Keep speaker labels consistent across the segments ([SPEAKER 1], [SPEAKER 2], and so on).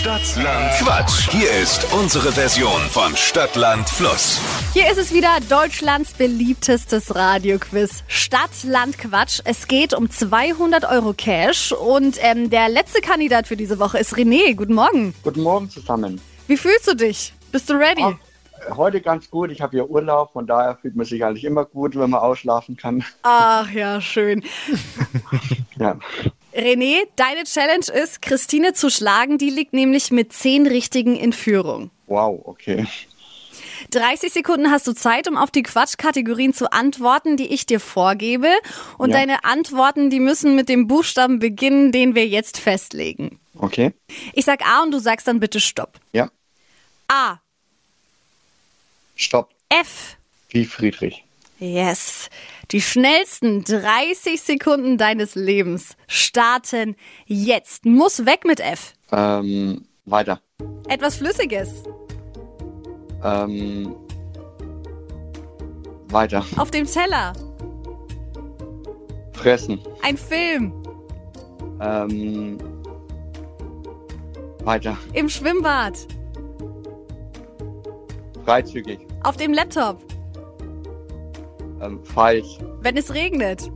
[SPEAKER 1] Stadtland Quatsch. Hier ist unsere Version von Stadtland Fluss.
[SPEAKER 2] Hier ist es wieder Deutschlands beliebtestes Radioquiz. Stadt, Land, Quatsch. Es geht um 200 Euro Cash und ähm, der letzte Kandidat für diese Woche ist René. Guten Morgen.
[SPEAKER 3] Guten Morgen zusammen.
[SPEAKER 2] Wie fühlst du dich? Bist du ready?
[SPEAKER 3] Ach, heute ganz gut. Ich habe hier Urlaub, von daher fühlt man sich eigentlich immer gut, wenn man ausschlafen kann.
[SPEAKER 2] Ach ja, schön.
[SPEAKER 3] Ja.
[SPEAKER 2] René, deine Challenge ist, Christine zu schlagen. Die liegt nämlich mit 10 Richtigen in Führung.
[SPEAKER 3] Wow, okay.
[SPEAKER 2] 30 Sekunden hast du Zeit, um auf die Quatschkategorien zu antworten, die ich dir vorgebe. Und
[SPEAKER 3] Ja.
[SPEAKER 2] deine Antworten, die müssen mit dem Buchstaben beginnen, den wir jetzt festlegen.
[SPEAKER 3] Okay.
[SPEAKER 2] Ich sag A und du sagst dann bitte Stopp.
[SPEAKER 3] Ja.
[SPEAKER 2] A,
[SPEAKER 3] Stopp.
[SPEAKER 2] F.
[SPEAKER 3] Wie Friedrich.
[SPEAKER 2] Yes. Die schnellsten 30 Sekunden deines Lebens starten jetzt. Muss weg mit F.
[SPEAKER 3] Ähm, weiter.
[SPEAKER 2] Etwas Flüssiges.
[SPEAKER 3] Ähm, weiter.
[SPEAKER 2] Auf dem Teller.
[SPEAKER 3] Fressen.
[SPEAKER 2] Ein Film.
[SPEAKER 3] Ähm, weiter.
[SPEAKER 2] Im Schwimmbad.
[SPEAKER 3] Freizügig.
[SPEAKER 2] Auf dem Laptop.
[SPEAKER 3] Ähm, falsch.
[SPEAKER 2] Wenn es regnet.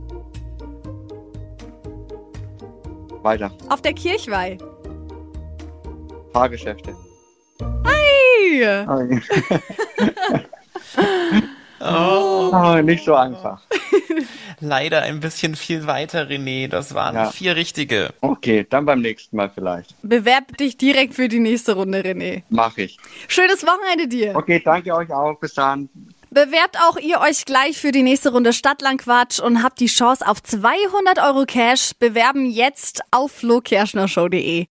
[SPEAKER 3] Weiter.
[SPEAKER 2] Auf der Kirchweih.
[SPEAKER 3] Fahrgeschäfte.
[SPEAKER 2] Hey.
[SPEAKER 3] oh. oh, nicht so einfach.
[SPEAKER 4] Leider ein bisschen viel weiter, René. Das waren
[SPEAKER 3] Ja.
[SPEAKER 4] vier richtige.
[SPEAKER 3] Okay, dann beim nächsten Mal vielleicht.
[SPEAKER 2] Bewerb dich direkt für die nächste Runde, René.
[SPEAKER 3] Mach ich.
[SPEAKER 2] Schönes Wochenende dir.
[SPEAKER 3] Okay, danke euch auch. Bis dann.
[SPEAKER 2] Bewerbt auch ihr euch gleich für die nächste Runde Stadtlandquatsch und habt die Chance auf 200 Euro Cash. Bewerben jetzt auf flokerschnershow.de.